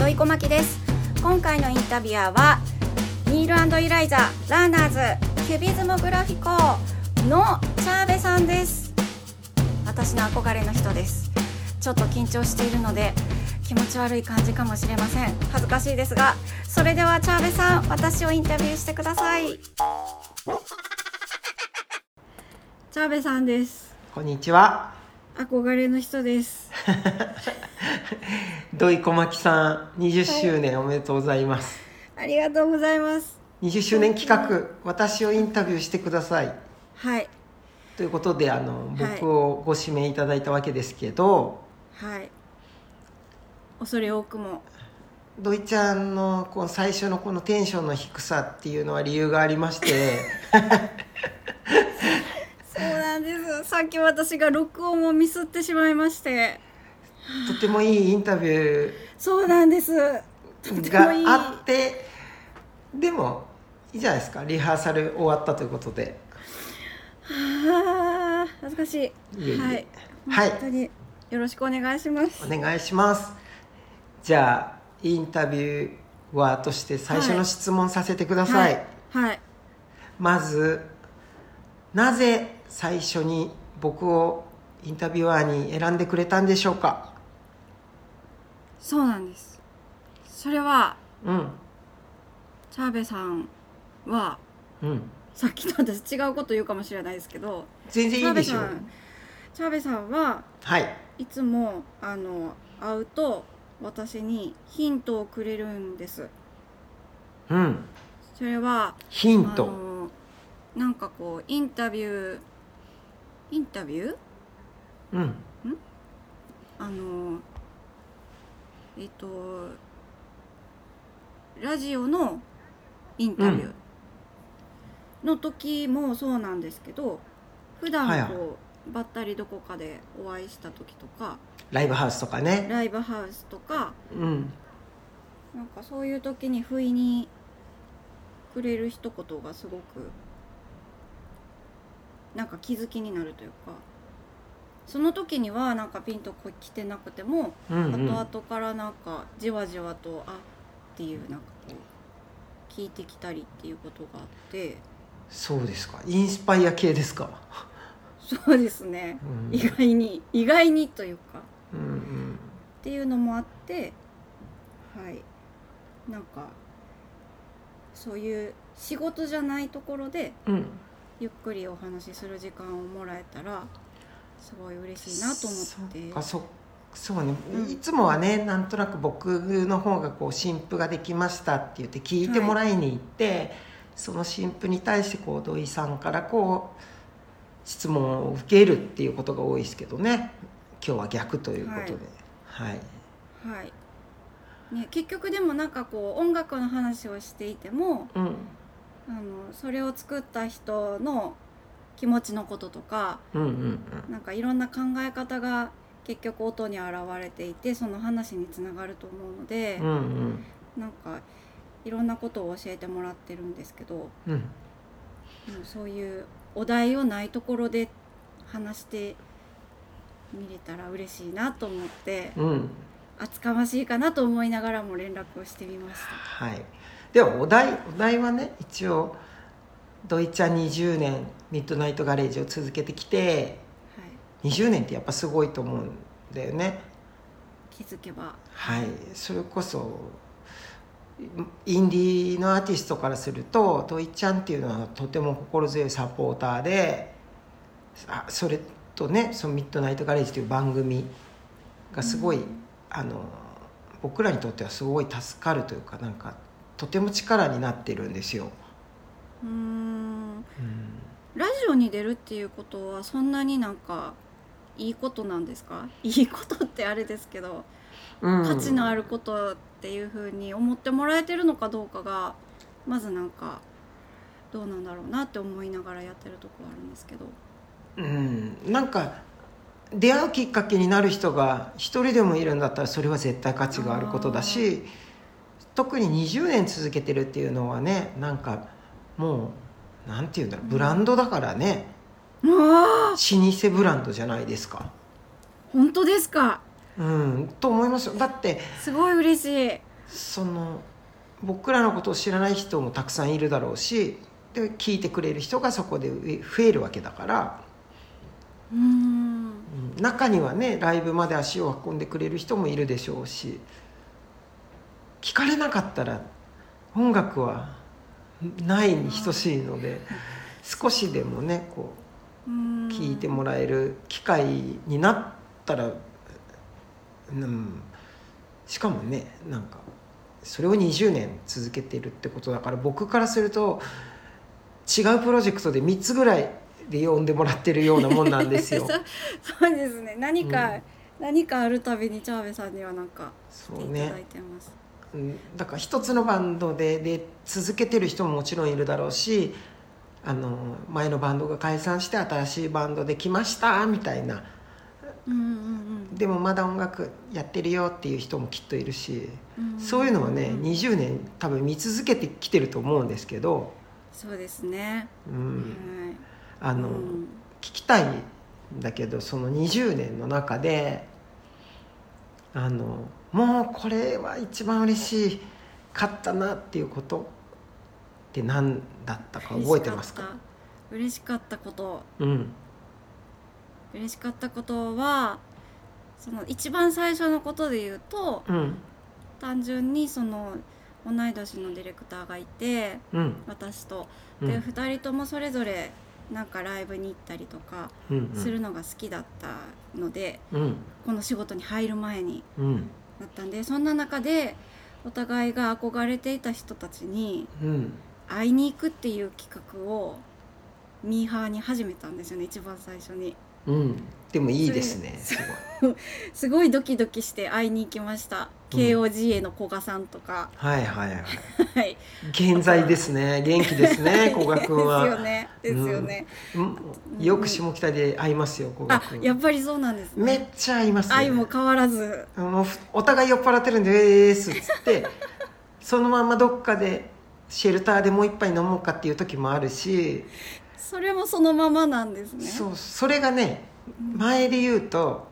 よいこまきです今回のインタビュアーはニールイライザラーナーズキュビズムグラフィコのチャーベさんです私の憧れの人ですちょっと緊張しているので気持ち悪い感じかもしれません恥ずかしいですがそれではチャーベさん私をインタビューしてくださいチャーベさんですこんにちは。憧れの人です土井小牧さん、20周年おめでとうございます。ありがとうございます20周年企画、私をインタビューしてください。はいということで、あの、はい僕をご指名いただいたわけですけど、はい恐れ多くも土井ちゃんのこう最初のこのテンションの低さっていうのは理由がありまして、 そうなんです さっき私が録音をミスってしまいましてとてもいいインタビュそうなんですとてーもいいがあって、でも、いいじゃないですか。リハーサル終わったということで。はあ恥ずかしいいえいえはい、はい本当によろしくお願いしますお願いしますじゃあインタビューワーとして最初の質問させてください、はい、はいまずなぜ最初に僕をインタビュアーに選んでくれたんでしょうかそうなんですそれはうんチャーベさんはうんさっきの私違うこと言うかもしれないですけど全チ然いャいーでベしょさうんチャーベさんははいいつもあの会うと私にヒントをくれるんですうんそれはヒンあトのなんかこうインタビューインタビューうんあのえっとラジオのインタビューの時もそうなんですけど普はい段はいこうばったりどこかでお会いした時とかライブハウスとかねライブハウスとかうんなんかそういう時に不意にくれる一言がすごくなんか気づきになるというかその時にはなんかピンとこ来てなくても、うんうん後々からなんかじわじわとあっていうなんかこう聞いてきたりっていうことがあってそうですかインスパイア系ですかそうですねうん意外に意外にというかうんうんっていうのもあってはいなんかそういう仕事じゃないところでうんゆっくりお話しする時間をもらえたらすごい嬉しいなと思ってそっかそそうね、うんいつもはねなんとなく僕の方がこう新婦ができましたって言って聞いてもらいに行って、その新婦に対してこう土井さんからこう質問を受けるっていうことが多いですけどね今日は逆ということではい、はいね、結局でもなんかこう音楽の話をしていてもうあんのそれを作った人の気持ちのこととかうんうんうんなんかいろんな考え方が結局音に現れていてその話につながると思うので。うんうんなんかいろんなことを教えてもらってるんですけど、うんうんそういうお題をないところで話して見れたら嬉しいなと思ってうん厚かましいかなと思いながらも連絡をしてみましはいではお題お題はね一応土井ちゃん20年ミッドナイトガレージを続けてきてた、はい、 20年ってやっぱすごいと思うんだよね気づけばはいそれこそインディーのアーティストからすると土井ちゃんっていうのはとても心強いサポーターであそれとねその「ミッドナイト・ガレージ」という番組がすごい、あの僕らにとってはすごい助かるというかなんかとても力になってるんですよ。うーんうんラジオに出るっていうことはそんなになんかいいことなんですか いいことってあれですけど価値のあることっていうふうに思ってもらえてるのかどうかがまずなんかどうなんだろうなって思いながらやってるとこはあるんですけどうん、なんか出会うきっかけになる人が一人でもいるんだったらそれは絶対価値があることだし特に20年続けてるっていうのはねなんかもうなんて言うんだろうブランドだからね、ああ老舗ブランドじゃないですか。本当ですかうん、と思いますよだってすごい嬉しいその僕らのことを知らない人もたくさんいるだろうしで聞いてくれる人がそこで増えるわけだから、うんうん中にはねライブまで足を運んでくれる人もいるでしょうし聞かれなかったら音楽はないに等しいので少しでもねこううん。聞いてもらえる機会になったら、うん、しかもねなんかそれを20年続けてるってことだから僕からすると違うプロジェクトで3つぐらいで呼んでもらってるようなもんなんですよ そうですね何か、うん何かあるたびにチャーベさんにはなんかそ来てういただいね、てます、うんだから一つのバンドでで続けてる人ももちろんいるだろうしあの前のバンドが解散して新しいバンドで来ましたみたいなうんうんでもまだ音楽やってるよっていう人もきっといるしうんんそういうのはねん20年多分見続けてきてると思うんですけど、そうですね、う、うんはいあの、うん聞きたいんだけどその20年の中であのもうこれは一番嬉しいかったなっていうことって何だったか覚えてますか嬉しかった嬉しかったことうん嬉しかったことはその一番最初のことで言うとうん単純にその同い年のディレクターがいてうん私とうで、ん2人ともそれぞれなんかライブに行ったりとかうんするのが好きだったので、うんこの仕事に入る前にうんだったんでそんな中でお互いが憧れていた人たちにうん会いに行くっていう企画をミーハーに始めたんですよね一番最初にうんでもいいですねすごいすごいドキドキして会いに行きました、うん KOGA の古賀さんとかはいはいはいはい健在です ね元気ですね古賀君はですよねですよね、うんよく下北で会いますよ古賀あ君やっぱりそうなんですめっちゃ会いますね愛も変わらずもうふお互い酔っ払ってるんで「えーす」っつってそのままどっかでシェルターでもう一杯飲もうかっていう時もあるし、それもそのままなんですねそうそれがねうん前で言うと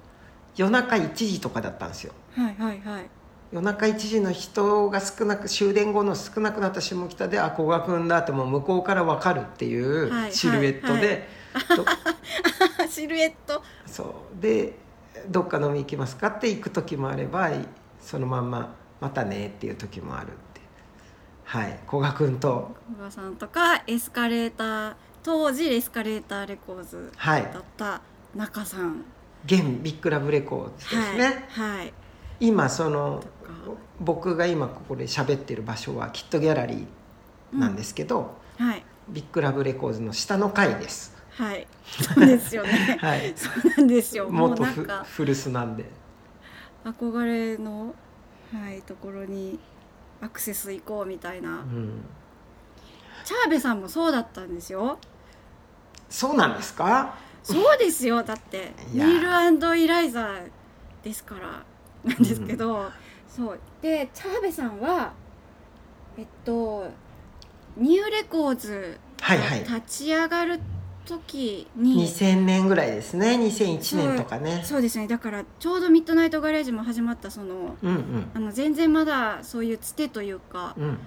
夜中1時とかだったんですよはいはいはい 夜中1時の人が少なく終電後の少なくなった下北であ古賀君だってもう向こうから分かるっていうはいシルエットで、はいはどあシルエットそうでどっか飲み行きますかって行く時もあればいそのまんままたねっていう時もあるってはい古賀君と古賀さんとかエスカレーター当時エスカレーターレコーズはいだった中さん現ビッグラブレコードですね、はい、はい、今そのとか僕が今ここで喋ってる場所はキットギャラリーなんですけど、はいビッグラブレコーズの下の階ですはいそうですよ ねはいそうなんですよもう元なんふか古巣なんで憧れのはいところにアクセス行こうみたいな、うんチャーベさんもそうだったんですよそうなんですかそうですよだって いニやールイライザーですからなんですけど、そうでチャーベさんはえっとニューレコーズはいはいが立ち上がる時に、 2000年ぐらいですね2001年とかねそうですねだからちょうどミッドナイトガレージも始まったそのうんうんあの全然まだそういうつてというか、うん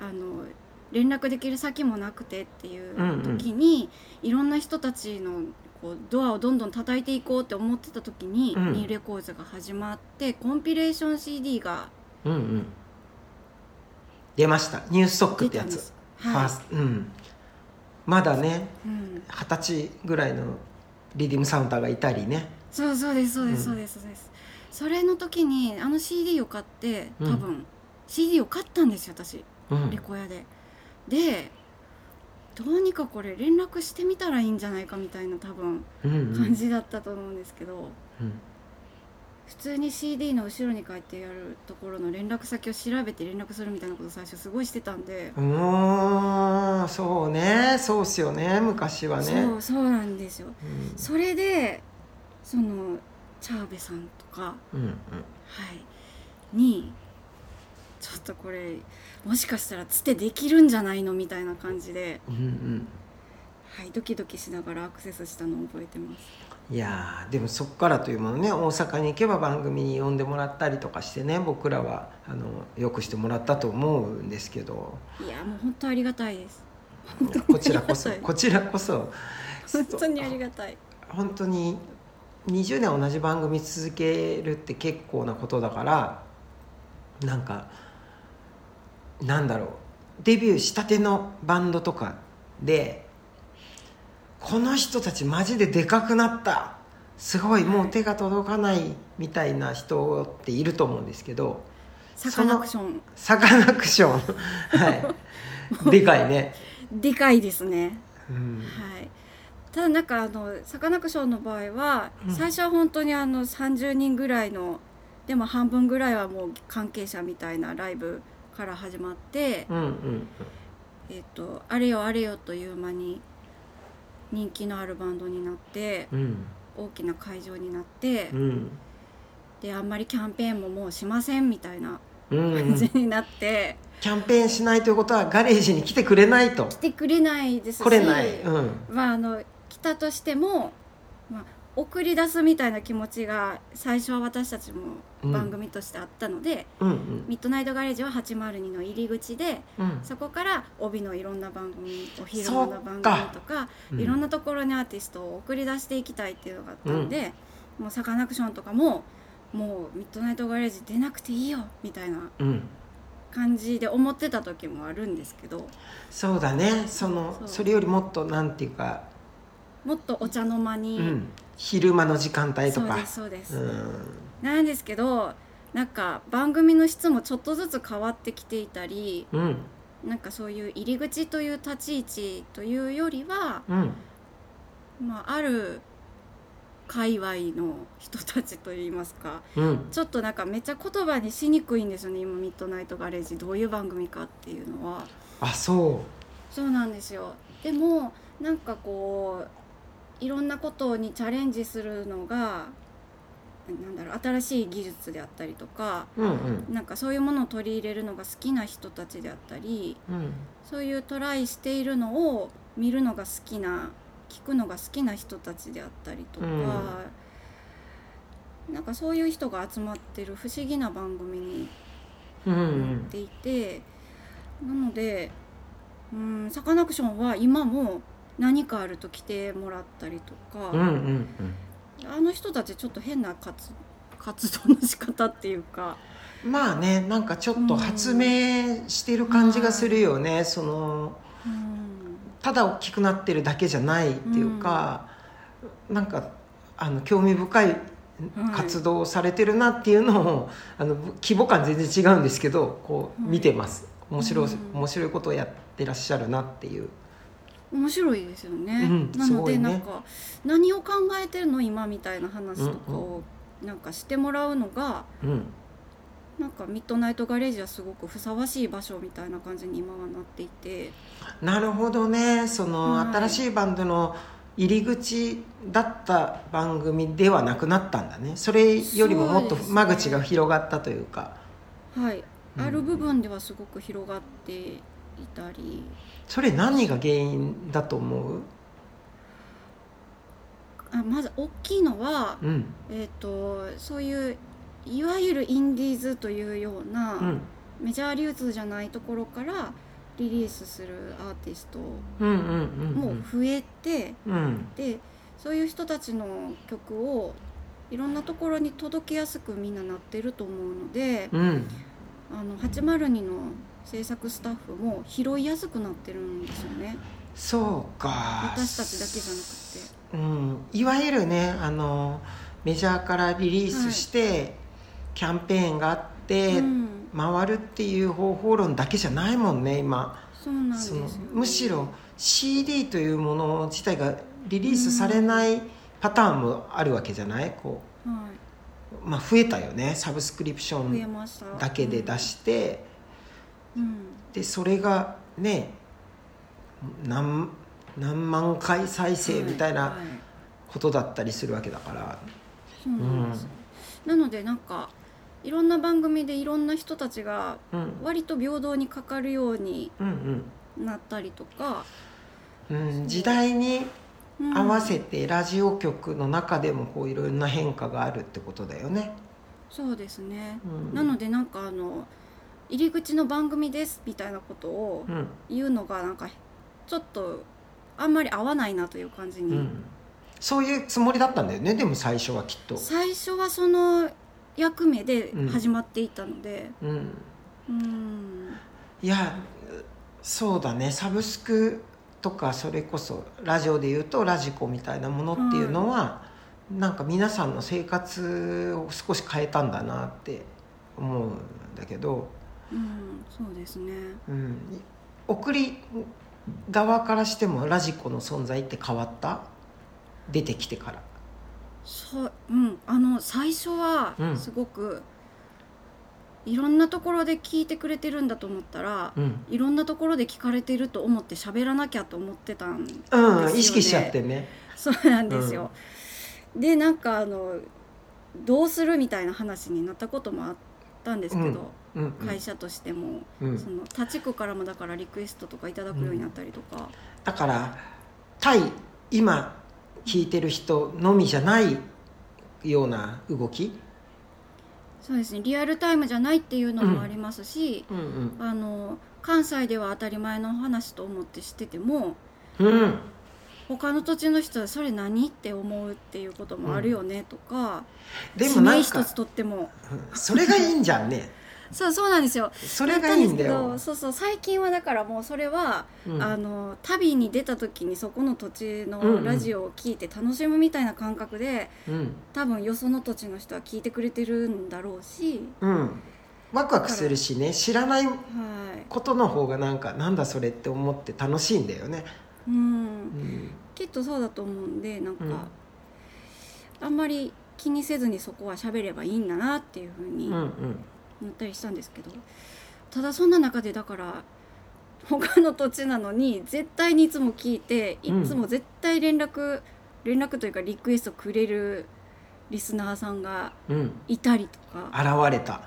あの連絡できる先もなくてっていんううん時に、いろんな人たちのこうドアをどんどん叩いていこうって思ってた時に、うんニーレコーズが始まってコンピレーション CD がうんうん出ましたニューストッ出クってたやんでつ、す。ファースうんまだねいうん、二十歳ぐらいのリディムサウンターがいたりねそうそうですそうですうそんうですそうです、それの時にあの CD を買って多分、CD を買ったんですよ私うレんコヤで。でどうにかこれ連絡してみたらいいんじゃないかみたいな多分うんう感んじだったと思うんですけど、うん普通に CD の後ろに書いてあるところの連絡先を調べて連絡するみたいなことを最初すごいしてたんで、うーんそうねそうっすよね昔はねそうそうなんですようんそれでそのチャーベさんとか、はうんうんい、にちょっとこれもしかしたらつてできるんじゃないのみたいな感じで、うんうんはい、ドキドキしながらアクセスしたのを覚えてますいやーでもそこからというものね大阪に行けば番組に呼んでもらったりとかしてね僕らはあのよくしてもらったと思うんですけどいやもう本当ありがたいですこちらこそありがたいこちらこ そ本当にありがたい本当に20年同じ番組続けるって結構なことだからなんかなんだろうデビューしたてのバンドとかでこの人たちマジででかくなったすごいもう手が届かないみたいな人っていると思うんですけどサそカのナクションサカナクション はいでかいね、でかいですねうん、はいただなんかあのサカナクションの場合は、うん最初は本当にあの30人ぐらいのでも半分ぐらいはもう関係者みたいなライブから始まって、うんうんえっとあれよあれよという間に人気のあるバンドになってうん大きな会場になって、うんであんまりキャンペーンももうしませんみたいなうんう感 んじになって、キャンペーンしないということはガレージに来てくれないと来てくれないですし来れない、うん、まあ、あの来たとしても、まあ、送り出すみたいな気持ちが最初は私たちもうん番組としてあったので、うんミッドナイトガレージは802の入り口でうんうんそこから帯のいろんな番組お昼のそっか番組とか、うんいろんなところにアーティストを送り出していきたいっていうのがあったので、もうサカナクションとかももうミッドナイトガレージ出なくていいよみたいなうん感じで思ってた時もあるんですけどそうだねそのそうそれよりもっとなんていうか、もっとお茶の間に、うん、昼間の時間帯とそうかですそうです。うんなんですけどなんか番組の質もちょっとずつ変わってきていたりうんなんかそういう入り口という立ち位置というよりは、うんまあ、ある界隈の人たちといいますかうんちょっとなんかめっちゃ言葉にしにくいんですよね今「ミッドナイトガレージ」どういう番組かっていうのは。あそそうなんですよでもなんかこういろんなことにチャレンジするのがなんだろう新しい技術であったりとかううんうんなんかそういうものを取り入れるのが好きな人たちであったりうんそういうトライしているのを見るのが好きな聞くのが好きな人たちであったりとか、なんかそういう人が集まってる不思議な番組にうんうなっんていて、なのでうんサカナクションは今も何かあると来てもらったりとか、うんうんあの人たちちょっと変な活活動の仕方っていうか。うんまあねなんかちょっと発明してる感じがするよね、そのうんただ大きくなってるだけじゃないっていうか、なんかあの興味深い活動をされてるなっていうのを、あの規模感全然違うんですけどこうはい見てます、面白いうん面白いことをやってらっしゃるなっていう、面白いですよね、うんなすのごでいねなんか、何を考えてるの今みたいな話とかをなんかしてもらうのが、うん、なんかミッドナイトガレージはすごくふさわしい場所みたいな感じに今はなっていてなるほどねその、はい新しいバンドの入り口だった番組ではなくなったんだねそれよりももっとそうですね間口が広がったというかはい、うんある部分ではすごく広がっていたりそれ何が原因だと思う、あまず大きいのは、うんえー、とそういういわゆるインディーズというような、うんメジャー流通じゃないところからリリースするアーティストうんうんもうん増えて。うんうんでそういう人たちの曲をいろんなところに届けやすくみんななってると思うのでうんあの802の制作スタッフも拾いやすくなってるんですよねそうか私たちだけじゃなくてうん、いわゆるねあのメジャーからリリースして、キャンペーンがあって、うん、回るっていう方法論だけじゃないもんね今そうなんですそよ、のね、むしろ CD というもの自体がリリースされないパターンもあるわけじゃないこはう、まあ、増えたよねサブスクリプショい、増えンましただけで出して、うん、うんでそれがね何何万回再生みたいはなはことだったりするわけだから。そうなんですよ、なのでなんかいろんな番組でいろんな人たちがうん割と平等にかかるようにうんなったりとかうん、時代に合わせてラジオ局の中でもこういろんな変化があるってことだよね。そうですね、うんなのでなんかあの入り口の番組ですみたいなことをうん言うのがなんかちょっとあんまり合わないなという感じうに、ん、そういうつもりだったんだよねでも最初はきっと。最初はその役目で始まっていたので、うん、うん、いやそうだねサブスクとかそれこそラジオで言うとラジコみたいなものっていうのは、なんか皆さんの生活を少し変えたんだなって思うんだけど、うん、そうですねうん、送り側からしてもラジコの存在って変わった出てきてから。そう、うん、あの最初はうんすごく、いろんなところで聞いてくれてるんだと思ったら、うんいろんなところで聞かれてると思って喋らなきゃと思ってたんですよ、うねん、意識しちゃってね。そうなんですよ、でなんかあのどうするみたいな話になったこともあったんですけど、うんうん会社としても、うんその他地区からもだからリクエストとかいただくようになったりとか、だから対今聞いてる人のみじゃないような動き、そうですねリアルタイムじゃないっていうのもありますし、うんあの関西では当たり前の話と思ってしててもうんうん、他の土地の人はそれ何って思うっていうこともあるよねとか、でも地な名ん一かつとってもそれがいいんじゃんねそうそうなんですよそれがいいんだなったよですけどそうそう最近はだからもうそれは、うんあの旅に出た時にそこの土地のラジオを聞いて楽しむみたいな感覚で、うん多分よその土地の人は聞いてくれてるんだろうし、うんワクワクするしね知らないはことの方がなんかなんだそれって思って楽しいんだよね、いうんう、んきっとそうだと思うんでなんか、うんあんまり気にせずにそこは喋ればいいんだなっていうふううにんう思っん、たりしたんですけど、ただそんな中でだから他の土地なのに絶対にいつも聞いていうんつも絶対連絡、連絡というかリクエストくれるリスナーさんがうん、いたりとか現れた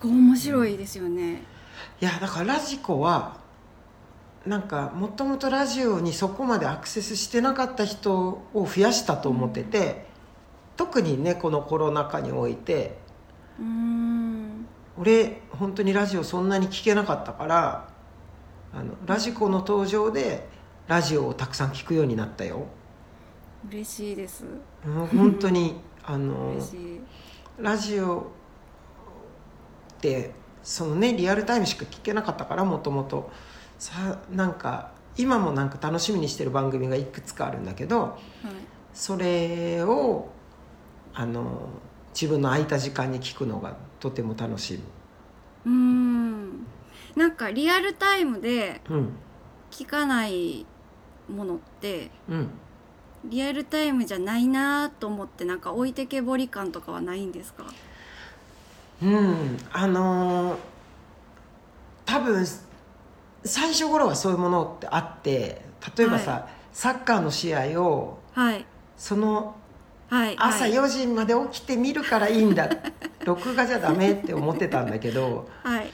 こう面白いですよね。いやだからラジコはなんかもともとラジオにそこまでアクセスしてなかった人を増やしたと思ってて、特にねこのコロナ禍においてうーん俺本当にラジオそんなに聞けなかったからあのラジコの登場でラジオをたくさん聞くようになったよ。嬉しいですもう本当にあの嬉しいラジオってそのねリアルタイムしか聞けなかったからもともとさなんか今もなんか楽しみにしてる番組がいくつかあるんだけどはいそれをあの自分の空いた時間に聞くのがとても楽しうーんなんかリアルタイムでみうん聞かないものってうんリアルタイムじゃないなと思ってなんか置いてけぼり感とかはないんですかうんあのー多分最初頃はそういうものってあって例えばさ、はサッカーの試合をはいそのはい朝はい4時まで起きて見るからいいん だ録画じゃダメって思ってたんだけどはい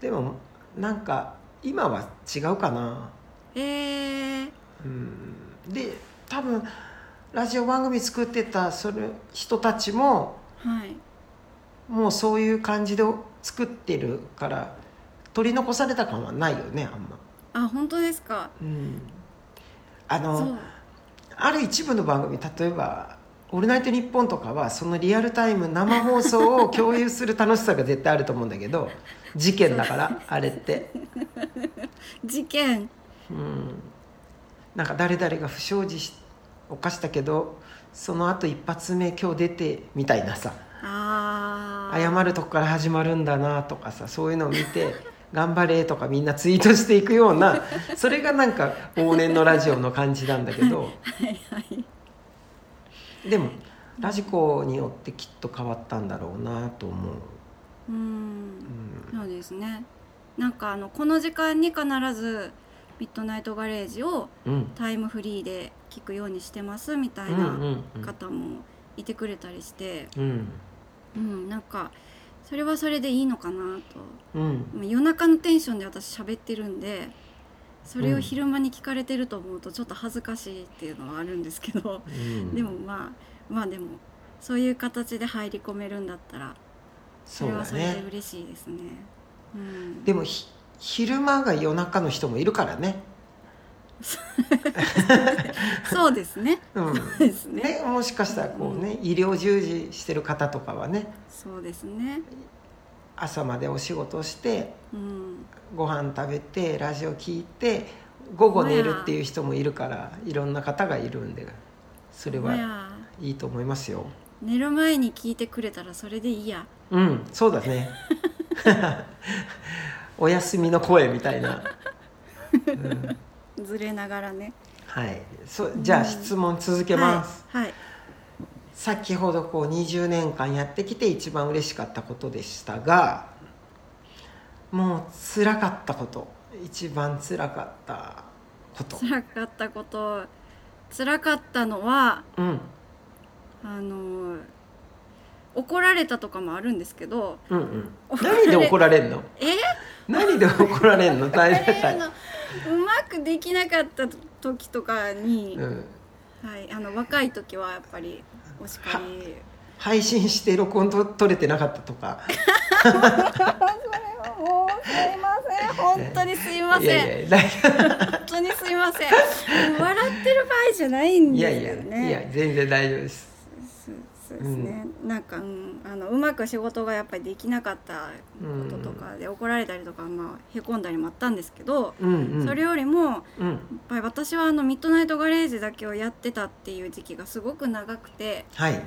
でもなんか今は違うかなえー、うんで多分ラジオ番組作ってたその人たちもはいもうそういう感じで作ってるから取り残された感はないよねあんま。あ本当ですかうん、あそのうある一部の番組例えば「オールナイトニッポン」とかはそのリアルタイム生放送を共有する楽しさが絶対あると思うんだけど事件だからあれって、事件うん、なんか誰々が不祥事し犯したけどその後一発目今日出てみたいなさあー謝るとこから始まるんだなとかさそういうのを見て 「頑張れ」とかみんなツイートしていくような それがなんか往年のラジオの感じなんだけどはいはいでもラジコによってきっと変わったんだろうなと思う。うーうんんそうですねなんかあのこの時間に必ずミッドナイトガレージをうんタイムフリーで聞くようにしてますみたいうんうなんうん方もいてくれたりして、うんうん、なんかそれはそれでいいのかなとうんまあ夜中のテンションで私喋ってるんでそれを昼間に聞かれてると思うとちょっと恥ずかしいっていうのはあるんですけど、うんでもまあまあでもそういう形で入り込めるんだったらそそうれはだそれでね嬉しいですね。うん、でもひ昼間が夜中の人もいるからね、そうです ね。うん、そうですね。ねもしかしたらこうね、医療従事してる方とかはねそうですね。朝までお仕事してうん、ご飯食べてラジオ聞いて午後寝るっていう人もいるからいろんな方がいるんでそれまあはやいいと思いますよ寝る前に聞いてくれたらそれでいいや。うんそうだね お休みの声みたいな、うんずれながらね。はいそじゃあ質問続けます、はい。はい先ほどこう20年間やってきて一番嬉しかったことでしたがもう辛かったこと一番辛かったこと辛かったこと辛かったのはうんあの怒られたとかもあるんですけどうんうん怒られ何で怒られんのえ何で 怒られんの大カ変レーだのうまくできなかった時とかに、うんはい、あの若い時はやっぱりお叱り配信して録音と取れてなかったとかもうすいません本当にすいませんいやいや大本当にすいませ ん笑ってる場合じゃないんいやでいすやよねいや全然大丈夫ですそうそうですね、なんか、うん、あのうまく仕事がやっぱりできなかったこととかで怒られたりとか、まあ、へこんだりもあったんですけど、うんうんそれよりもうんやっぱり私はあのミッドナイトガレージだけをやってたっていう時期がすごく長くて、はいう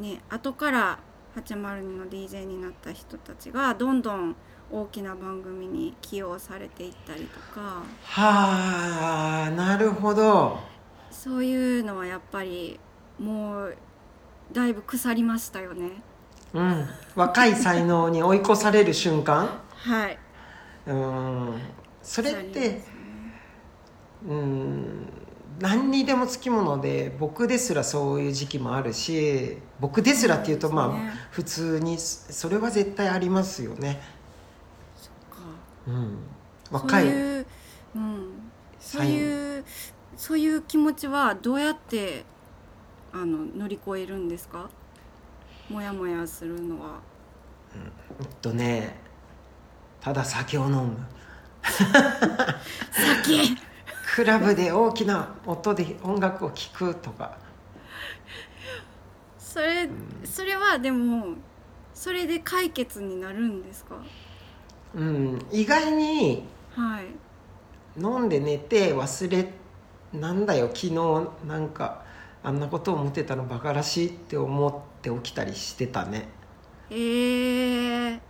んね後から802の DJ になった人たちがどんどん大きな番組に起用されていったりとかはあなるほどそういうのはやっぱりもうだいぶ腐りましたよね。うん若い才能に追い越される瞬間はい、うんそれっ腐りまてしたねうん何にでもつきもので僕ですらそういう時期もあるし僕ですらっていうとそうですねまあ普通にそそれは絶対ありますよね、そっかうん、若いそういう、うん、そう才能いうそういう気持ちはどうやってあの乗り越えるんですかもやもやするのはえっとねただ酒を飲む酒クラブで大きな音で音楽を聴くとか それそれはでもそれで解決になるんですかうん意外にはい飲んで寝て忘れなんだよ昨日なんかあんなことを思ってたのバカらしいって思って起きたりしてたねえー、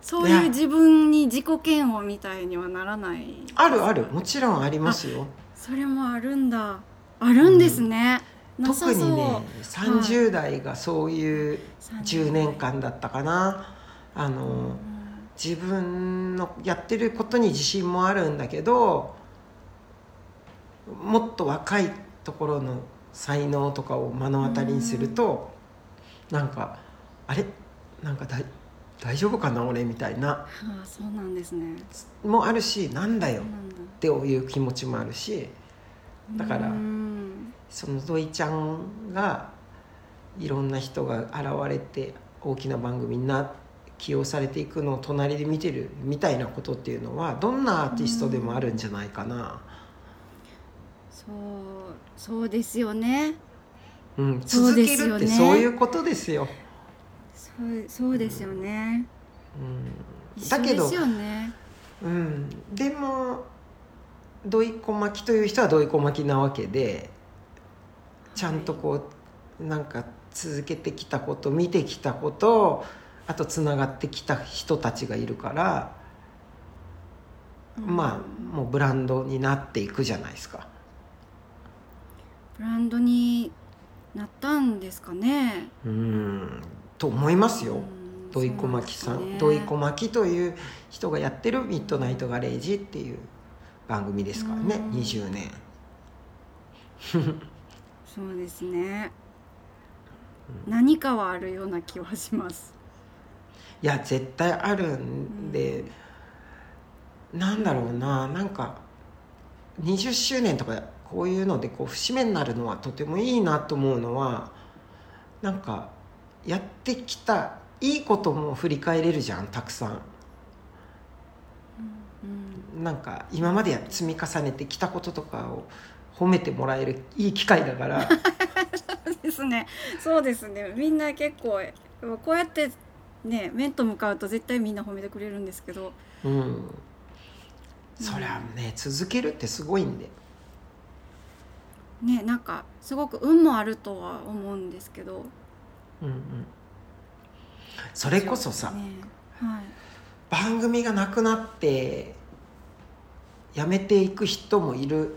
そういう自分に自己嫌悪みたいにはならないあるあるもちろんありますよそれもあるんだあるんですね、なさ特そうにね30代がそういう10年間だったかなあの、うん自分のやってることに自信もあるんだけどもっと若いところの才能とかを目の当たりにすると、なんかあれなんかだい大丈夫かな俺みたいなああそうなんですねもあるしなんだそうよなんだっていう気持ちもあるしだからうんその土井ちゃんがいろんな人が現れて大きな番組にな起用されていくのを隣で見てるみたいなことっていうのはどんなアーティストでもあるんじゃないかな、そうそうですよねうんそう続でけするよっねてそういうことですよ。そうそうですよね、うん、一だ緒けでどす、よねうん、でも土井小巻という人は土井小巻なわけでちゃんとこうなんか続けてきたこと見てきたことあとつながってきた人たちがいるから、まあもうブランドになっていくじゃないですか。ブランドになったんですかねうんと思いますよ。うん土井小巻さそうなんんですか土ね井小巻という人がやってる「ミッドナイトガレージ」っていう番組ですからねうん20年。そうですね何かはあるような気はしますいや絶対あるんで、なんだろうななんか20周年とかこういうのでこう節目になるのはとてもいいなと思うのはなんかやってきたいいことも振り返れるじゃんたくさん。うんなんか今までや積み重ねてきたこととかを褒めてもらえるいい機会だからそうですねそうですねみんな結構こうやってね面と向かうと絶対みんな褒めてくれるんですけどうんそりゃね続けるってすごいんでねなんかすごく運もあるとは思うんですけどうんうんそれこそさ、ねはい番組がなくなって辞めていく人もいる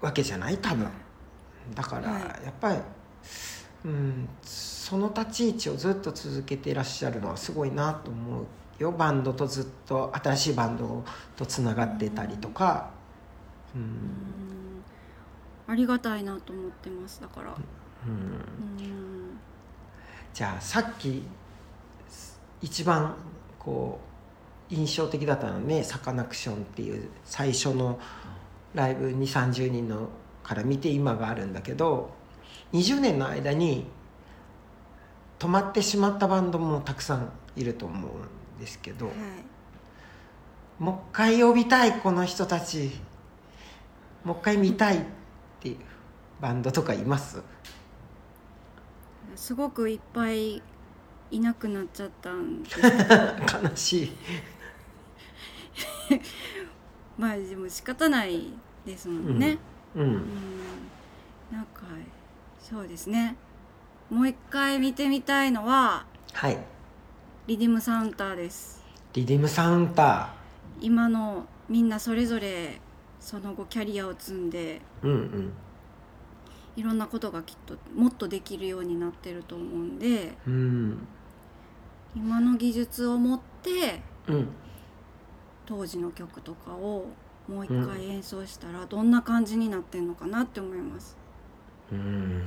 わけじゃない多分だからはいやっぱり、うん、その立ち位置をずっと続けていらっしゃるのはすごいなと思うよバンドとずっと新しいバンドとつながってたりとか、ううんんありがたいなと思ってますだからうん、うんじゃあさっき一番こう印象的だったのはねサカナクションっていう最初のライブに30人のから見て今があるんだけど20年の間に止まってしまったバンドもたくさんいると思うんですけど、はいもう一回呼びたいこの人たちもう一回見たいっていうバンドとかいます すごくいっぱいいなくなっちゃったん です悲しい。まあでも仕方ないですもんね、ううんんなんかそうですねもう一回見てみたいのははいリディムサウンターですリディムサウンタ今のみんなそれぞれその後キャリアを積んでーうんうんいろんなことがきっともっとできるようになってると思うんでうん今の技術を持ってうん当時の曲とかをもう一回演奏したらどんな感じになってんのかなって思います。うん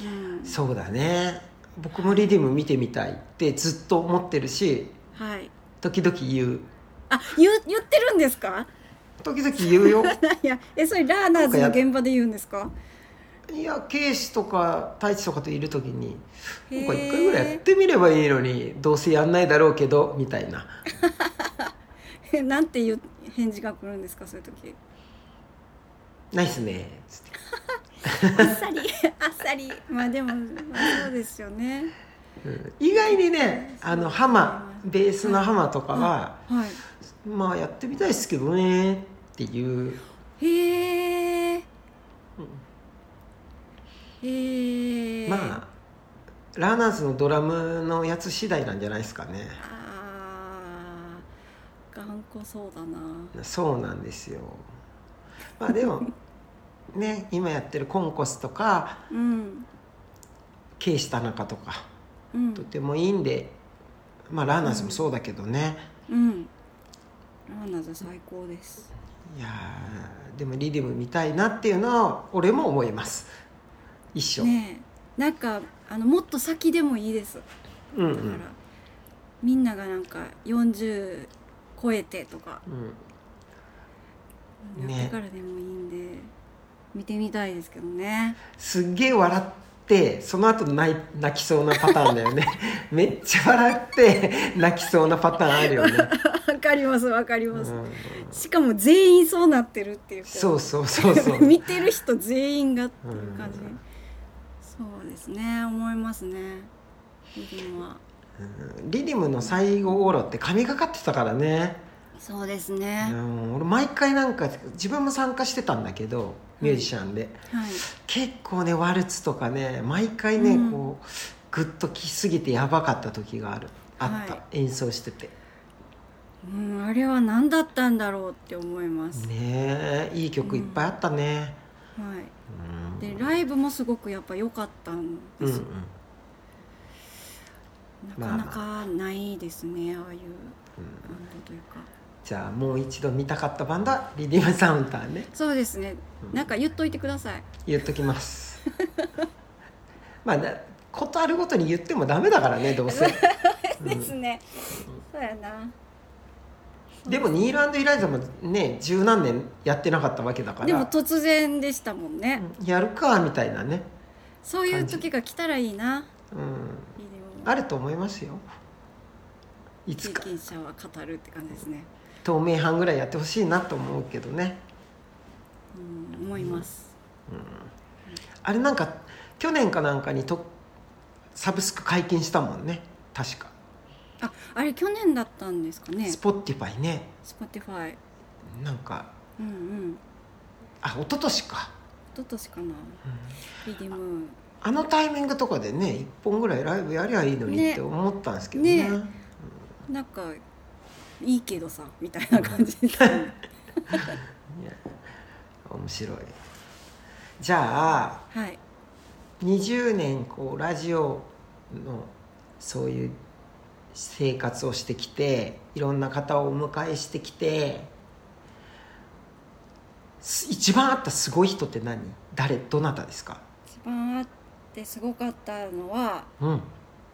うん、そうだね僕もリディム見てみたいってずっと思ってるしはい。時々言うあ、言う言ってるんですか？ 時々言う よいや、えそれラーナーズの現場で言うんですか？いやケイシとか太一とかといる時にへなーんか一回ぐらいやってみればいいのにどうせやんないだろうけどみたいなえ なんていう返事が来るんですかそういう時「ないっすね」つっ てあっさりあっさりまあでも、まあ、そうですよねうん意外にねあのハマベースのハマとかはは「まあやってみたいっすけどね」っていういへえへえまあラーナーズのドラムのやつ次第なんじゃないですかねあー頑固そうだなそうなんですよまあでもね 今やってるコンコスとかうんケイシタナカとかうんとてもいいんでまあラーナーズもそうだけどね、うんラーナーズ最高ですいやーでもリディム見たいなっていうのは俺も思います一緒、ねえなんかあのもっと先でもいいですうんだうからん、みんながなんか40超えてとかうん、ねやってからでもいいんで、見てみたいですけどねすっげえ笑ってその後泣い泣きそうなパターンだよね めっちゃ笑って泣きそうなパターンあるよね、わかりますわかりうます、ん、しかも全員そうなってるっていうこうそうそうそうそ う見てる人全員がっていう感じ、うんそうですね思いますねリリンはリディムの最後オーロって神がかってたからね、そうですうね、ん、俺毎回なんか自分も参加してたんだけどミュージシャンで、はい結構ねワルツとかね毎回ね、うんこうグッときすぎてやばかった時があるあった、は演奏しててうん、あれは何だったんだろうって思います、ねえいい曲いっぱいあったね、はいうん、でライブもすごくやっぱ良かったんでうんすよ、まあまあなかなかないですねああいうバンドというかじゃあもう一度見たかったバンドはリディムサウンターねそうですねうんなんか言っといてください言っときます まあなことあるごとに 言ってもダメだからねどうせですねそうやなでもニーランド・イライザもね十何年やってなかったわけだからでも突然でしたもんね、うんやるかみたいなね、そういう時が来たらいいなうん、ビデオあると思いますよいつ経か験者は語るって感じですね、透明版ぐらいやってほしいなと思うけどねうん、思いますあれなんか去年かなんかにとサブスク解禁したもんね確か、ああれ去年だったんですかねスポッティファイね Spotify なんかうんうんあ一昨年か、一昨年かなうんビデムあのタイミングとかでね1本ぐらいライブやりゃいいのにねって思ったんですけどねねなんかいいけどさみたいな感じですね 面白いじゃあはい20年こうラジオのそういう生活をしてきていろんな方をお迎えしてきてす一番あったすごい人って何誰どなたですか一番あってすごかったのはうん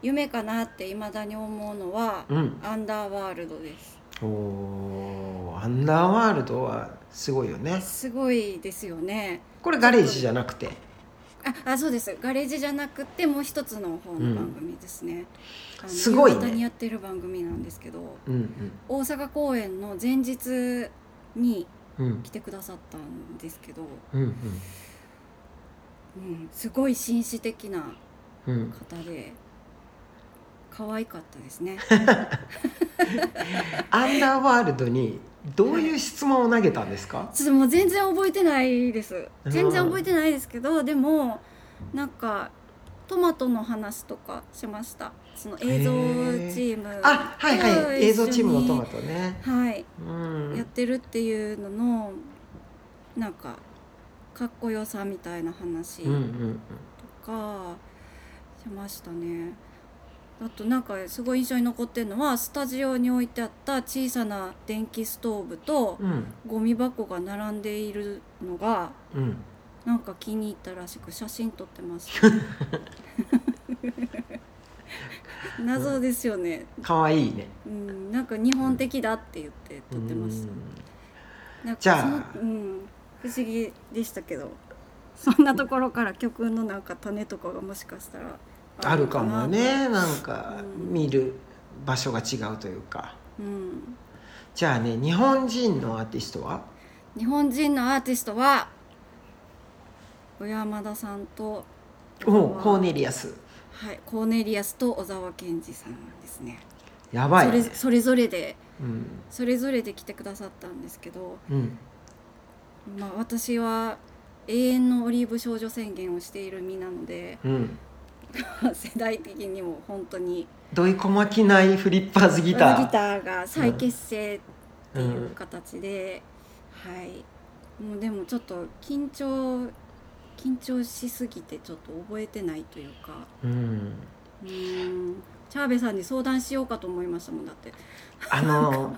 夢かなっていまだに思うのは、うんアンダーワールドですおーアンダーワールドはすごいよねすごいですよねこれガレージじゃなくてああそうですガレージじゃなくてもう一つの方の番組ですね、あのすごいね夕方にやってる番組なんですけどうん大阪公演の前日にうんうん来てくださったんですけど、うんうん、すごい紳士的なうんうん方で可愛かったです ねアンダーワールドにどういう質問を投げたんですかちょっともう全然覚えてないです全然覚えてないですけどでもなんかトマトの話とかしましたその映像チームあはいはとい映像チームのトマ一トね緒にはい、うんやってるっていうののなんかかっこよさみたいな話うんうんかしましたねあとなんかすごい印象に残ってるのはスタジオに置いてあった小さな電気ストーブとうんうんゴミ箱が並んでいるのがうんなんか気に入ったらしく写真撮ってま した、 ね、謎ですよね、可愛いねうん、なんか日本的だって言って撮ってましうんたなんかじゃあそのうん、不思議でしたけどそんなところから曲のなんか種とかがもしかしたらあるかもねなんうかん見る場所が違うというかうん、じゃあね日本人のアーティストは日本人のアーティストは小山田さんとおうコーネリアスはい、コーネリアスと小沢健二さんですね、やばいそれそれぞれでうんそれぞれで来てくださったんですけど、うんまあ、私は永遠のオリーブ少女宣言をしている身なので うん世代的にも本当にどいこまきないフリッパーズギギターーが再結成っていう形で、はいもうでもちょっと緊張緊張しすぎてちょっと覚えてないというかうんうーんチャーベさんに相談しようかと思いましたもんだってあの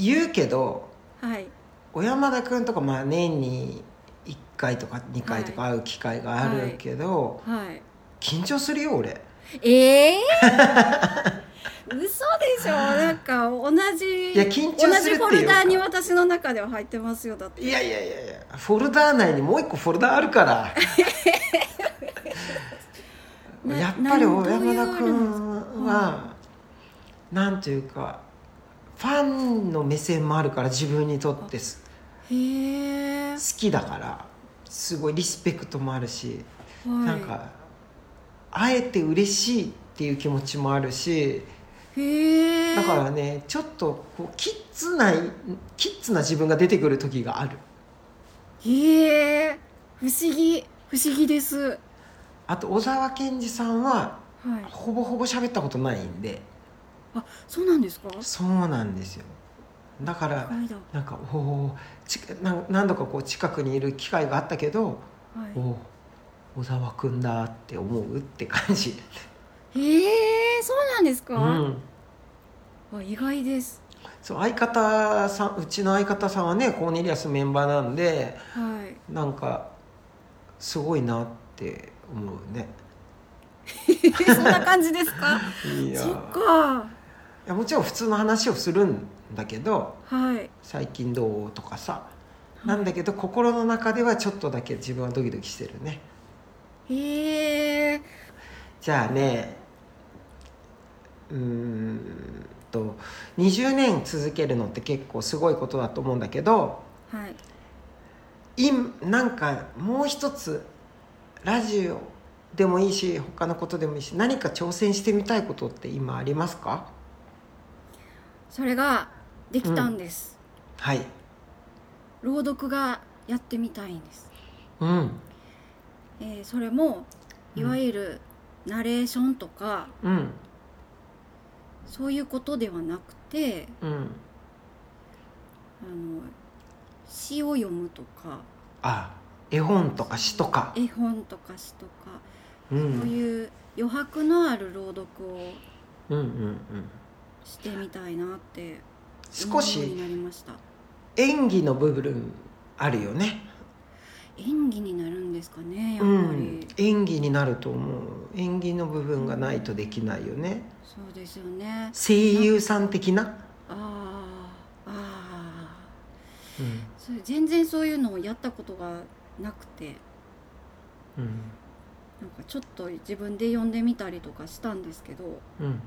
言うけどはい小山田君とかまあ年に1回とか2回とか会う機会があるけど、はい緊張するよ俺ええ嘘でしょなんか同じいや緊張するっていうか同じフォルダーに私の中では入ってますよだっていやいやいやいやフォルダー内にもう一個フォルダーあるから なやっぱり小なんどういう山あ田れなん君はなんというかファンの目線もあるから自分にとってすへえ、好きだからすごいリスペクトもあるしはい、なんか会えて嬉しいっていう気持ちもあるしへえだからねちょっとこうキッズないキッズな自分が出てくる時があるへえ不思議不思議ですはいあと小沢健二さんはほぼほぼ喋ったことないんであそうなんですかそうなんですよだからはいだなんかおおちなん何度かこう近くにいる機会があったけどはいおお小沢君だって思うって感じ、へえそうなんですうか、ん、わ意外ですそう相方さんうちの相方さんはねコーネリアスメンバーなんではい なんかすごいなって思うねえそんな感じですか。いやそっか。いやもちろん普通の話をするんだけどはい最近どうとかさなんだけど心の中ではちょっとだけ自分はドキドキしてるねええじゃあねうーんと20年続けるのって結構すごいことだと思うんだけどはい今なんかもう一つラジオでもいいし他のことでもいいし何か挑戦してみたいことって今ありますかそれができたんです、はい朗読がやってみたいんです、うんえー、それもうんいわゆるナレーションとか、うんそういうことではなくてうんあの詩を読むとかあ絵本とか詩とか、絵本とか詩とか、う、そうんいう余白のある朗読をうんうんうんしてみたいなって少思うようにしなりました演技の部分あるよね演技になるんですかねやっぱうり、ん、演技になると思う演技の部分がないとできないよねそうですよね声優さん的な、あーあうんーそれ全然そういうのをやったことがなくてうんなんかちょっと自分で読んでみたりとかしたんですけどうん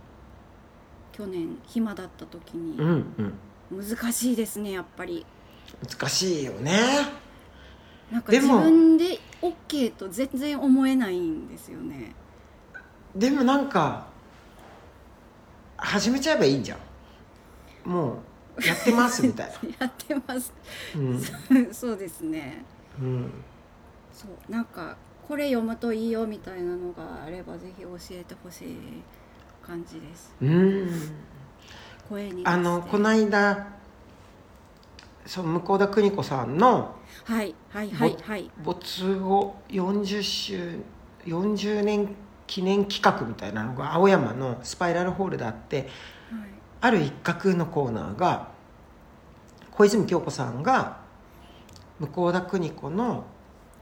去年暇だった時にうんうん、難しいですねやっぱり難しいよねなんかで自も分で OK と全然思えないんですよねでもなんか始めちゃえばいいんじゃんもうやってますみたい な やってます、う ん、そうですねうん、そうなんかこれ読むといいよみたいなのがあればぜひ教えてほしい感じですうん声に出してあのこの間その向田邦子さんのはいはいはいはい没後40周40年記念企画みたいなのが青山のスパイラルホールであってはいある一角のコーナーが小泉京子さんが向田邦子の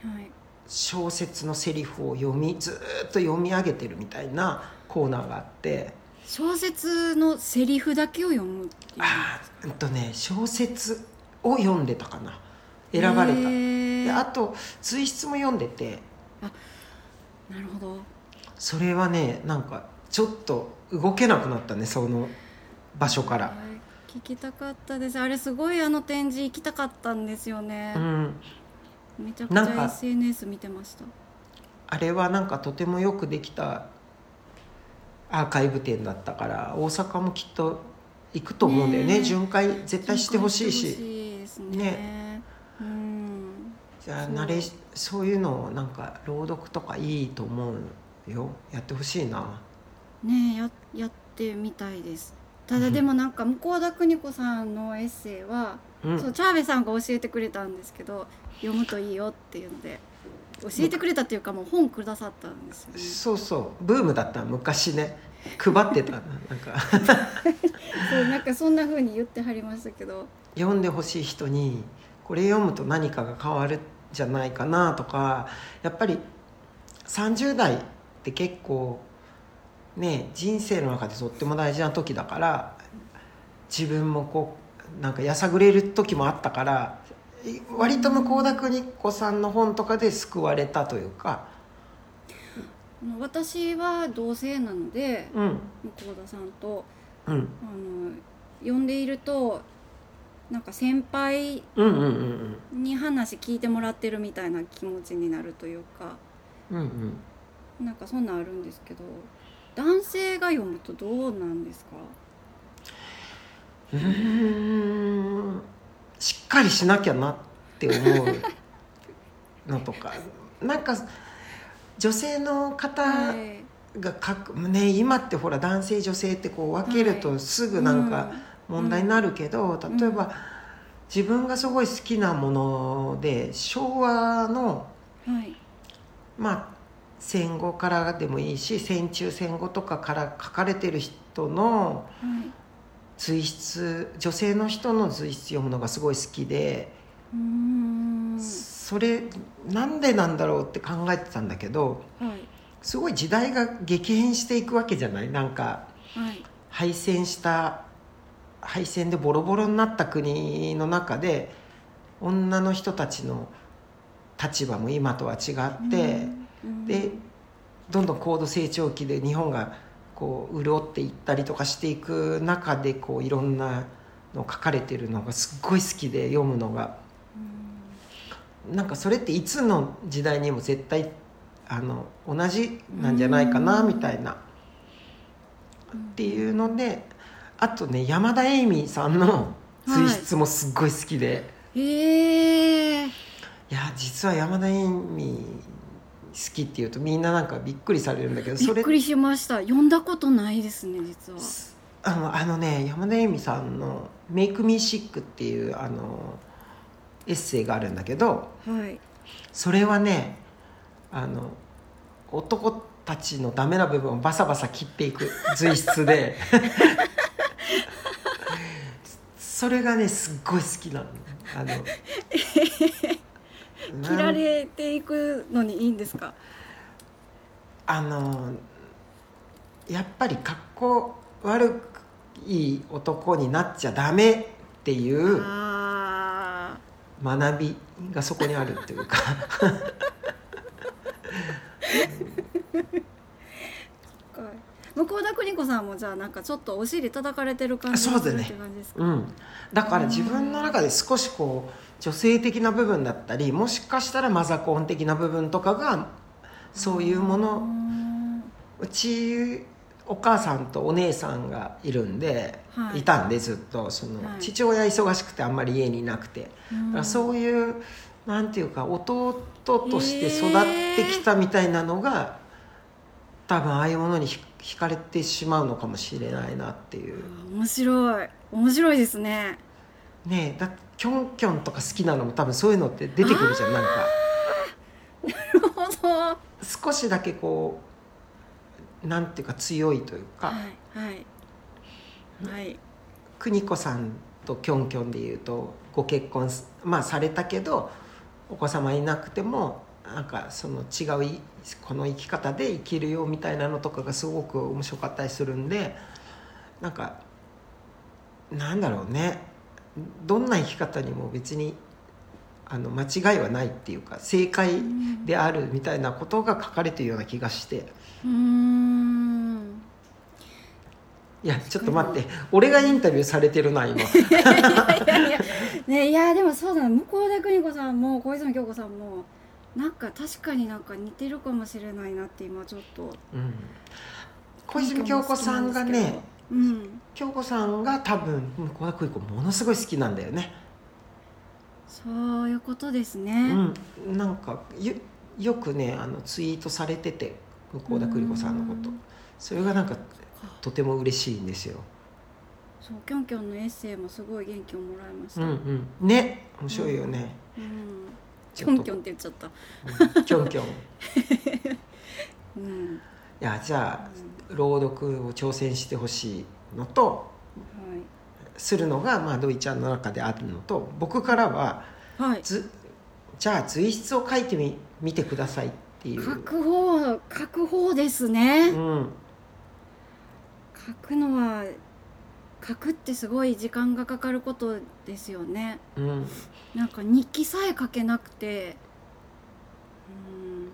はい小説のセリフを読みずーっと読み上げてるみたいなコーナーがあって小説のセリフだけを読むっていうあーうんとね小説を読んでたかな選ばれたへ。ーであと随筆も読んでてなるほどそれはねなんかちょっと動けなくなったねその場所から、はい聞きたかったですあれすごいあの展示行きたかったんですよねう、ん、めちゃくちなんかゃ SNS 見てましたあれはなんかとてもよくできたアーカイブ展だったから大阪もきっと行くと思うんだよねねえ巡回絶対してほしいしてほししいですねうんじゃあそう慣れそういうのをなんか朗読とかいいと思うよやってほしいなねえややってみたいですただでもなんか向田邦子さんのエッセイは、うんそうチャーベさんが教えてくれたんですけど読むといいよっていうので教えてくれたっていうかもう本くださったんですよねそうそうブームだった昔ね配ってたなんかそうなんかそんな風に言ってはりましたけど読んでほしい人にこれ読むと何かが変わるんじゃないかなとかやっぱり30代って結構ね人生の中でとっても大事な時だから自分もこうなんかやさぐれる時もあったからい割と向田邦子さんの本とかで救われたというか、あの私は同性なのでうん向田さんとうん、あの読んでいるとなんか先輩うんうんうんに話聞いてもらってるみたいな気持ちになるというかうんうんうんなんかそんなんあるんですけど男性が読むとどうなんですかうーんしっかりしなきゃなって思うの とかなんか女性の方はいが書く、ね今ってほら男性女性ってこう分けはるといすぐなんか問題になるけど、ん例えば自分がすごい好きなもので昭和のうんはいまあ戦後からでもいいし戦中戦後とかから書かれてる人はのい随筆女性の人の随筆読むのがすごい好きで、うーんそれなんでなんだろうって考えてたんだけどはいすごい時代が激変していくわけじゃないなんかはい流敗戦した敗戦でボロボロになった国の中で女の人たちの立場も今とは違って、うんでどんどん高度成長期で日本がこう潤っていったりとかしていく中でこういろんなの書かれてるのがすっごい好きで読むのがなんかそれっていつの時代にも絶対あの同じなんじゃないかなうんみたいなうっんていうのであとね山田栄美さんの水質もすっごい好きで、い、ええや実は山田栄美好きっていうとみんななんかびっくりされるんだけどびそっれくりしました読んだことないですね実はあのあのね山田恵美さんの「メイクミーシックっていうあのエッセイがあるんだけどはいそれはねあの男たちのダメな部分をバサバサ切っていく随 筆でそれがねすっごい好きなの。あの 切られていくのにいいんですかあのやっぱり格好悪い男になっちゃダメっていうああ学びがそこにあるっていうか向田邦子さんもじゃあなんかちょっとお尻叩かれてる感じあそうだねって感じですかうん、だから自分の中で少しこう女性的な部分だったりもしかしたらマザコン的な部分とかがそういうもうーのんうちお母さんとお姉さんがいるんで、はいい、たんでずっとその、はい父親忙しくてあんまり家にいなくて。だからそういうなんていうか弟として育ってきたみたいなのが、多分ああいうものにひ惹かれてしまうのかもしれないなっていうあー面白い面白いですねねえだキョンキョンとか好きなのも多分そういうのって出てくるじゃんなんかなるほどは少しだけこうなんていうか強いというか、いはいはい邦子さんとキョンキョンでいうとご結婚す、まあ、されたけどお子様いなくてもなんかその違ういこの生き方で生きるよみたいなのとかがすごく面白かったりするんでなんかなんだろうねどんな生き方にも別にあの間違いはないっていうか正解うんであるみたいなことが書かれてるような気がして。うーんいやちょっと待って俺がインタビューされてるな今いやいやねいやでもそうだな向田邦子さんも小泉京子さんもなんか確かになんか似てるかもしれないなって今ちょっとうん、小泉京子さんがねうん京子さんが多分向田邦子ものすごい好きなんだよね、そういうことですうね、ん、なんかよよくねあのツイートされてて向田邦子さんのことうんそれがなんかとても嬉しいんですよ、そうキョンキョンのエッセイもすごい元気をもらいましうた、んうん、ね面白いよね、うんキョちょっンとキョンって言っちゃったうんキョンキョンいうん、やじゃあ朗読を挑戦してほしいのとするのが、まあ、土井ちゃんの中であるのと僕からははい、はい、ずじゃあ随筆を書いてみ見てくださいっていう書く方書く方ですね、うん書くのは書くってすごい時間がかかることですよねうんなんか日記さえ書けなくてうん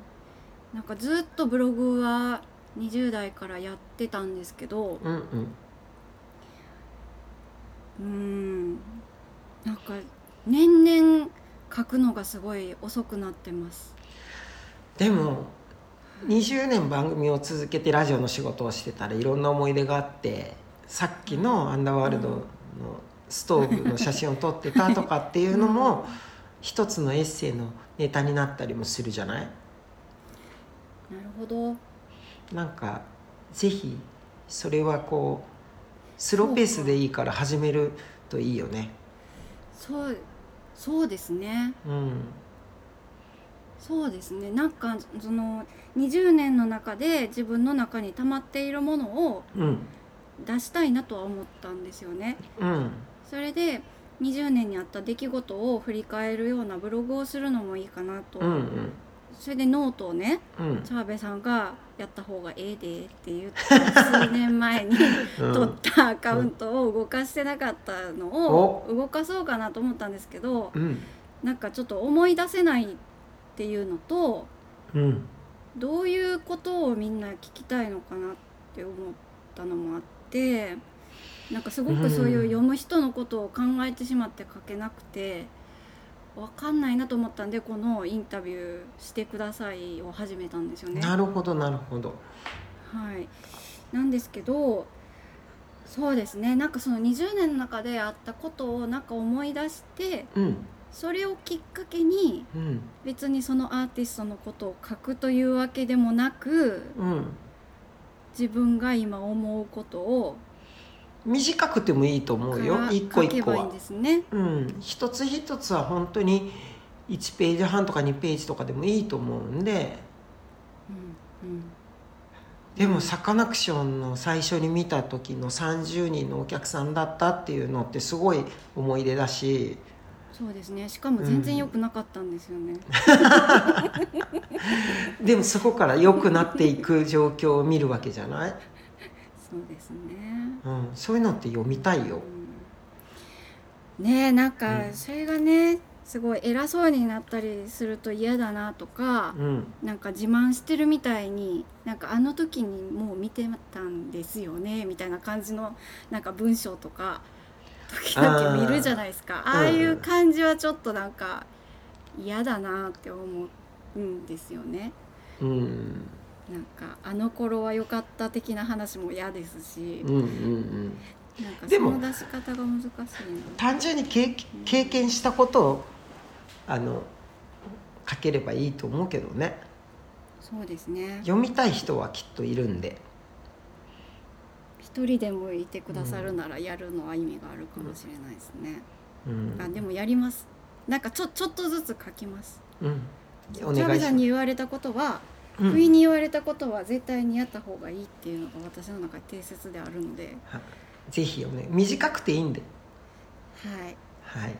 なんかずっとブログは20代からやってたんですけどうんうんうんなんか年々書くのがすごい遅くなってますでも20年番組を続けてラジオの仕事をしてたらいろんな思い出があってさっきの「アンダーワールド」のストーブの写真を撮ってたとかっていうのも一つのエッセイのネタになったりもするじゃないなるほどなんかぜひそれはこうスローペースでいいから始めるといいよね。そうそうですねうんそうですねなんかその20年の中で自分の中に溜まっているものをうん出したいなとは思ったんですよねうんそれで20年にあった出来事を振り返るようなブログをするのもいいかなと、うんうんそれでノートをねうんチャーベさんが「やった方がええで」って言った数年前に うん取ったアカウントを動かしてなかったのを動かそうかなと思ったんですけどうんなんかちょっと思い出せないっていうのとうんどういうことをみんな聞きたいのかなって思ったのもあってなんかすごくそういう読む人のことを考えてしまって書けなくて分かんないなと思ったんでこの「インタビューしてください」を始めたんですよね。なるほどなるほどはい、なんですけどそうですねなんかその20年の中であったことをなんか思い出してうんそれをきっかけにうん別にそのアーティストのことを書くというわけでもなくうん自分が今思うことを短くてもいいと思うよから一個書一け個ばいいはんですね。うん、一つ一つは本当に1ページ半とか2ページとかでもいいと思うんでうんうんでもサカナクションの最初に見た時の30人のお客さんだったっていうのってすごい思い出だしそうですねしかも全然良くなかったんですよね、でもそこから良くなっていく状況を見るわけじゃない、そうですねうん、そういうのって読みたいようんねえなんうかんそれがねすごい偉そうになったりすると嫌だなとか、うんなんか自慢してるみたいになんかあの時にもう見てたんですよねみたいな感じのなんか文章とか時々見るじゃないですかあーああいう感じはちょっとなんか嫌だなって思うんですよね。うんなんかあの頃は良かった的な話も嫌ですしうんうんうんなんかでそもの出し方が難しいな。単純に経経験したことをあの書ければいいと思うけどねそうですね。読みたい人はきっといるんで。一人でもいてくださるならやるのは意味があるかもしれないですね。うんあでもやります。なんかちょちょっとずつ書きます。うん、チおャ願ベいしさまんすに。言われたことは、うん不意に言われたことは絶対にやった方がいいっていうのが私の中で定説であるので、はぜひおね、短くていいんで。はい、はい。や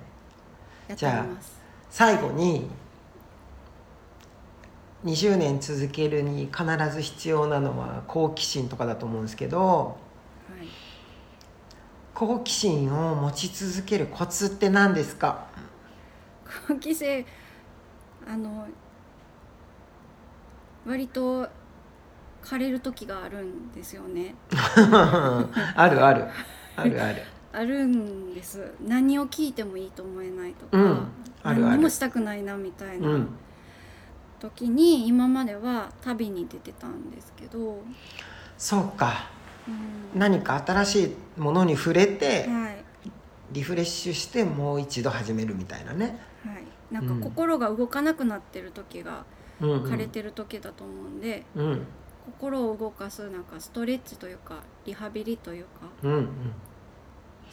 ってじゃあみます。最後に。20年続けるに必ず必要なのは好奇心とかだと思うんですけどはい。好奇心を持ち続けるコツって何ですか好奇心あの割と枯れる時があるんですよね。あるあるあるあるあるんです何を聞いてもいいと思えないとか、うんあるある何にもしたくないなみたいうなん時に今までは旅に出てたんですけど、うんそうか何か新しいものに触れてはいリフレッシュしてもう一度始めるみたいなね、はい、なんか心が動かなくなってる時がうんうん、枯れてる時だと思うんで、うん心を動かすなんかストレッチというかリハビリというかうんうん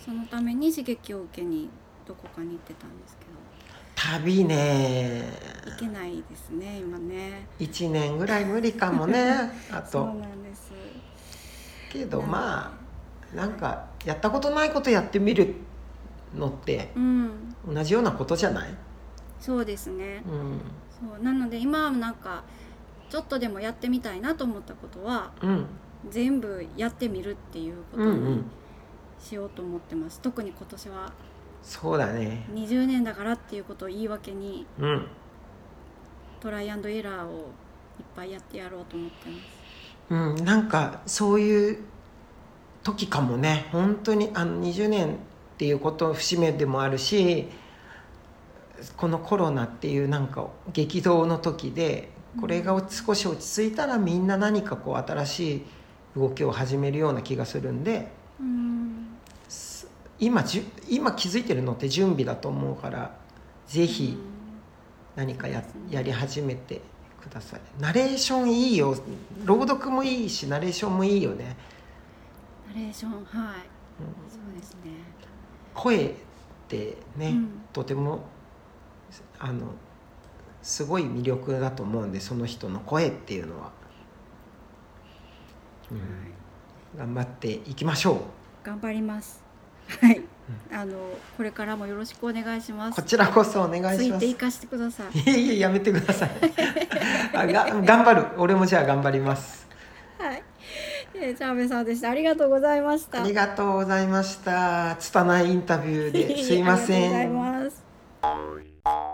そのために刺激を受けにどこかに行ってたんですけ旅ねど行けないですね今ね。 1年ぐらい無理か もねあそうとなんですけどまあなんかやったことないことやってみるのってうん同じようなことじゃない、そうですねうん、そうなので今はなんかちょっとでもやってみたいなと思ったことはうん全部やってみるっていうこうんとうにんしようと思ってます、特に今年はそうだね20年だからっていうことを言い訳にうんトライアンドエラーをいっぱいやってやろうと思ってますうんなんかそういう時かもね本当にあの20年っていうこと節目でもあるしこのコロナっていうなんか激動の時でこれが少し落ち着いたらみんな何かこう新しい動きを始めるような気がするんでうんす今じゅ今気づいてるのって準備だと思うからぜひ何かややり始めてくださいナレーションいいよ朗読もいいしナレーションもいいよねナレーションはいうんそうですね声ってね、うんとてもあのすごい魅力だと思うんでその人の声っていうのは、うんはい頑張っていきましょ頑張りますはい、あのこれからもよろしくお願いしまうすこちらこそお願いつしいまてすいかしてくださいいえいえやめてくださいあが頑張る俺もじゃあ頑張りますはい。えー、チャーメさんでした。ありがとうございました。ありがとうございました拙いインタビューですいませんありがとうございます。